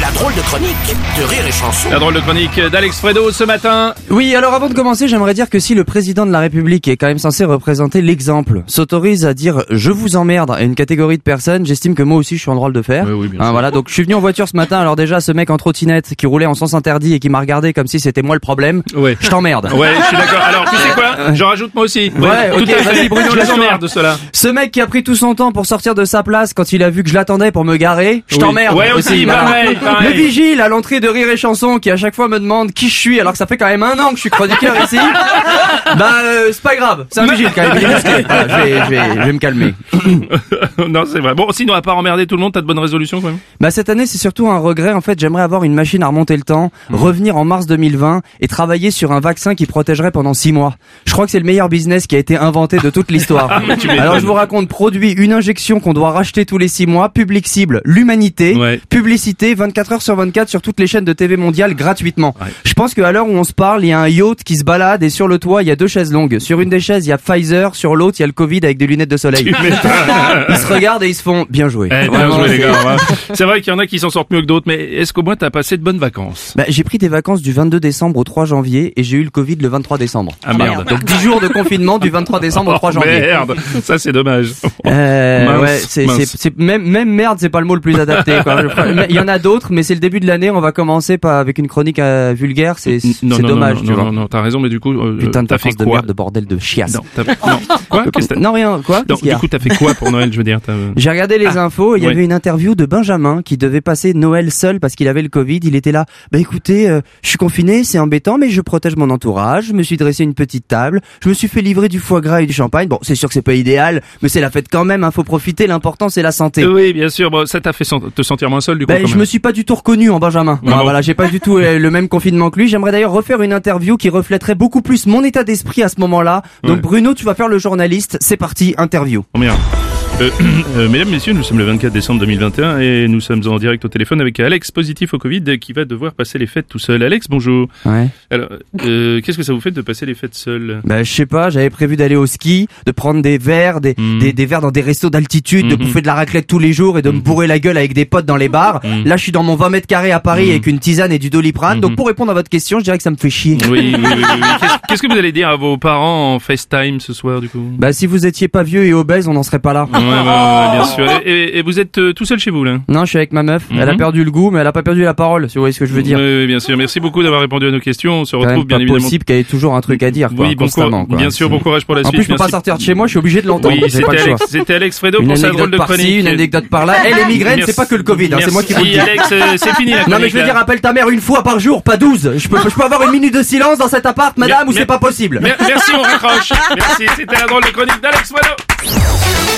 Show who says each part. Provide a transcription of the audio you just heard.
Speaker 1: La drôle de chronique de Rire et Chanson.
Speaker 2: La drôle de chronique d'Alex Fredo ce matin.
Speaker 3: Oui, alors avant de commencer, j'aimerais dire que si le président de la République est quand même censé représenter l'exemple, s'autorise à dire je vous emmerde à une catégorie de personnes, j'estime que moi aussi je suis en droit de le faire.
Speaker 2: Oui, oui, bien
Speaker 3: Hein,
Speaker 2: sûr.
Speaker 3: voilà, donc je suis venu en voiture ce matin, alors déjà ce mec en trottinette qui roulait en sens interdit et qui m'a regardé comme si c'était moi le problème,
Speaker 2: Ouais.
Speaker 3: je t'emmerde.
Speaker 2: Ouais, je suis d'accord. Alors, tu sais quoi J'en rajoute moi aussi.
Speaker 3: Ouais,
Speaker 2: tout
Speaker 3: ok,
Speaker 2: à fait.
Speaker 3: vas-y, Bruno,
Speaker 2: je les
Speaker 3: lâche-toi.
Speaker 2: emmerde, ceux-là.
Speaker 3: Ce mec qui a pris tout son temps pour sortir de sa place quand il a vu que je l'attendais pour me garer, je
Speaker 2: Oui.
Speaker 3: t'emmerde.
Speaker 2: Ouais, aussi,
Speaker 3: voilà.
Speaker 2: pareil, pareil.
Speaker 3: Le vigile à l'entrée de Rire et Chanson qui à chaque fois me demande qui je suis alors que ça fait quand même un an que je suis chroniqueur ici. Bah, euh, c'est pas grave, c'est un vigile quand même. il est masqué. Voilà, je, vais, je vais- je vais me calmer.
Speaker 2: non, c'est vrai. Bon, sinon, à part emmerder tout le monde, t'as de bonnes résolutions quand même.
Speaker 3: Bah cette année c'est surtout un regret en fait j'aimerais avoir une machine à remonter le temps,
Speaker 2: Mhm.
Speaker 3: revenir en mars 2020 et travailler sur un vaccin qui protégerait pendant six mois. Je crois que c'est le meilleur business qui a été inventé de toute l'histoire.
Speaker 2: Ah, mais tu m'étonnes.
Speaker 3: Alors je vous raconte produit, une injection qu'on doit racheter tous les six mois, public cible, l'humanité,
Speaker 2: Ouais.
Speaker 3: publicité 24 heures sur 24 sur toutes les chaînes de TV mondiale gratuitement.
Speaker 2: Ouais.
Speaker 3: Je pense qu'à l'heure où on se parle, il y a un yacht qui se balade et sur le toit il y a deux chaises longues. Sur une des chaises il y a Pfizer, sur l'autre il y a le Covid avec des lunettes de soleil. Ils se regardent et ils se font bien joué.
Speaker 2: Eh, bien
Speaker 3: Vraiment,
Speaker 2: joué, les
Speaker 3: c'est-
Speaker 2: gars, ouais. C'est vrai qu'il y en a qui s'en sortent mieux que d'autres, mais est-ce qu'au moins t'as passé de bonnes vacances
Speaker 3: Bah, j'ai pris des vacances du 22 décembre au 3 janvier et j'ai eu le Covid le 23 décembre.
Speaker 2: Ah merde.
Speaker 3: Donc 10 jours de confinement du 23 décembre au 3
Speaker 2: Oh,
Speaker 3: janvier.
Speaker 2: Merde, ça c'est dommage.
Speaker 3: Euh,
Speaker 2: Mince,
Speaker 3: ouais, c'est,
Speaker 2: mince.
Speaker 3: c'est, c'est- même, même merde, c'est pas le mot le plus adapté. quoi. Je crois- mais Il y en a d'autres, mais c'est le début de l'année. On va commencer par avec une chronique euh, vulgaire. C'est, c'est
Speaker 2: Non, non, non,
Speaker 3: dommage,
Speaker 2: non,
Speaker 3: tu
Speaker 2: non,
Speaker 3: vois.
Speaker 2: non, non, t'as raison, mais du coup, euh,
Speaker 3: Putain de
Speaker 2: t'as fait
Speaker 3: vacances de
Speaker 2: quoi
Speaker 3: merde, de bordel de chiasse.
Speaker 2: Non, t'as non. Quoi Qu'est-ce que t'as-
Speaker 3: Non, rien. Quoi
Speaker 2: Non,
Speaker 3: Qu'est-ce qu'il y
Speaker 2: Du
Speaker 3: a
Speaker 2: coup, t'as fait quoi pour Noël, je veux dire t'as-
Speaker 3: J'ai regardé
Speaker 2: Ah.
Speaker 3: les infos et il y
Speaker 2: ouais.
Speaker 3: avait une interview de Benjamin qui devait passer Noël seul parce qu'il avait le Covid. Il était là. Bah écoutez, euh, je suis confiné, c'est embêtant, mais je protège mon entourage. Je me suis dressé une petite table. Je me suis fait livrer du foie gras et du champagne. Bon, c'est sûr que c'est pas idéal, mais c'est la fête quand même. hein, faut profiter. L'important c'est la santé.
Speaker 2: Oui, bien sûr. Bon, ça t'a fait sen- te sentir moins seul, du coup.
Speaker 3: Ben,
Speaker 2: Euh, quand
Speaker 3: je
Speaker 2: même.
Speaker 3: me suis pas du tout reconnu en Benjamin.
Speaker 2: Bravo.
Speaker 3: Ah, voilà, j'ai pas du tout euh, le même confinement que lui. J'aimerais d'ailleurs refaire une interview qui reflèterait beaucoup plus mon état d'esprit à ce moment-là. Donc
Speaker 2: Ouais.
Speaker 3: Bruno, tu vas faire le journaliste. C'est parti, interview.
Speaker 2: Oh merde. Euh, euh, mesdames, messieurs, nous sommes le 24 décembre 2021 et nous sommes en direct au téléphone avec Alex, positif au Covid, qui va devoir passer les fêtes tout seul. Alex, bonjour.
Speaker 3: Ouais.
Speaker 2: Alors, euh, qu'est-ce que ça vous fait de passer les fêtes seul
Speaker 3: Bah, je sais pas, j'avais prévu d'aller au ski, de prendre des verres, des,
Speaker 2: Mhm.
Speaker 3: des, des verres dans des restos d'altitude, de
Speaker 2: Mhm.
Speaker 3: bouffer de la raclette tous les jours et de me bourrer la gueule avec des potes dans les bars.
Speaker 2: Mhm.
Speaker 3: Là, je suis dans mon 20 mètres carrés à Paris avec une tisane et du doliprane. Donc, pour répondre à votre question, je dirais que ça me fait chier.
Speaker 2: Oui, oui, oui. oui, oui. Qu'est-ce, qu'est-ce que vous allez dire à vos parents en FaceTime ce soir, du coup
Speaker 3: Bah, si vous étiez pas vieux et obèse, on n'en serait pas là.
Speaker 2: Ouais, ouais, ouais, ouais, bien sûr. Et, et- et vous êtes euh, tout seul chez vous, là
Speaker 3: Non, je suis avec ma meuf. Elle a
Speaker 2: Mhm.
Speaker 3: perdu le goût, mais elle a pas perdu la parole, si vous voyez ce que je veux dire.
Speaker 2: Oui, oui, bien sûr. Merci beaucoup d'avoir répondu à nos questions. On se
Speaker 3: C'est quand
Speaker 2: retrouve,
Speaker 3: même
Speaker 2: bien
Speaker 3: pas
Speaker 2: évidemment.
Speaker 3: possible qu'elle ait toujours un truc à dire, quoi,
Speaker 2: oui, bon
Speaker 3: constamment,
Speaker 2: courage.
Speaker 3: quoi.
Speaker 2: Bien sûr, bon courage pour la
Speaker 3: En
Speaker 2: suite.
Speaker 3: plus, je peux pas
Speaker 2: Merci.
Speaker 3: sortir de chez moi, je suis obligé de l'entendre.
Speaker 2: Oui,
Speaker 3: j'ai
Speaker 2: c'était
Speaker 3: pas le choix.
Speaker 2: Alex, c'était Alex Fredo
Speaker 3: Une
Speaker 2: pour sa drôle
Speaker 3: anecdote
Speaker 2: de
Speaker 3: par-ci,
Speaker 2: chronique.
Speaker 3: une anecdote par-là. Et les migraines, c'est
Speaker 2: Merci.
Speaker 3: pas que le Covid, hein, c'est moi qui vous le
Speaker 2: Merci,
Speaker 3: dis.
Speaker 2: Alex, euh, c'est fini la
Speaker 3: Non mais
Speaker 2: chronique,
Speaker 3: je veux
Speaker 2: là.
Speaker 3: dire appelle ta mère une fois par jour, pas 12. Je peux, je peux avoir une minute de silence dans cet appart, madame,
Speaker 2: Mais-
Speaker 3: ou c'est
Speaker 2: mais-
Speaker 3: pas possible.
Speaker 2: Mer- Merci, on raccroche. Merci, c'était la drôle de chronique d'Alex Wano.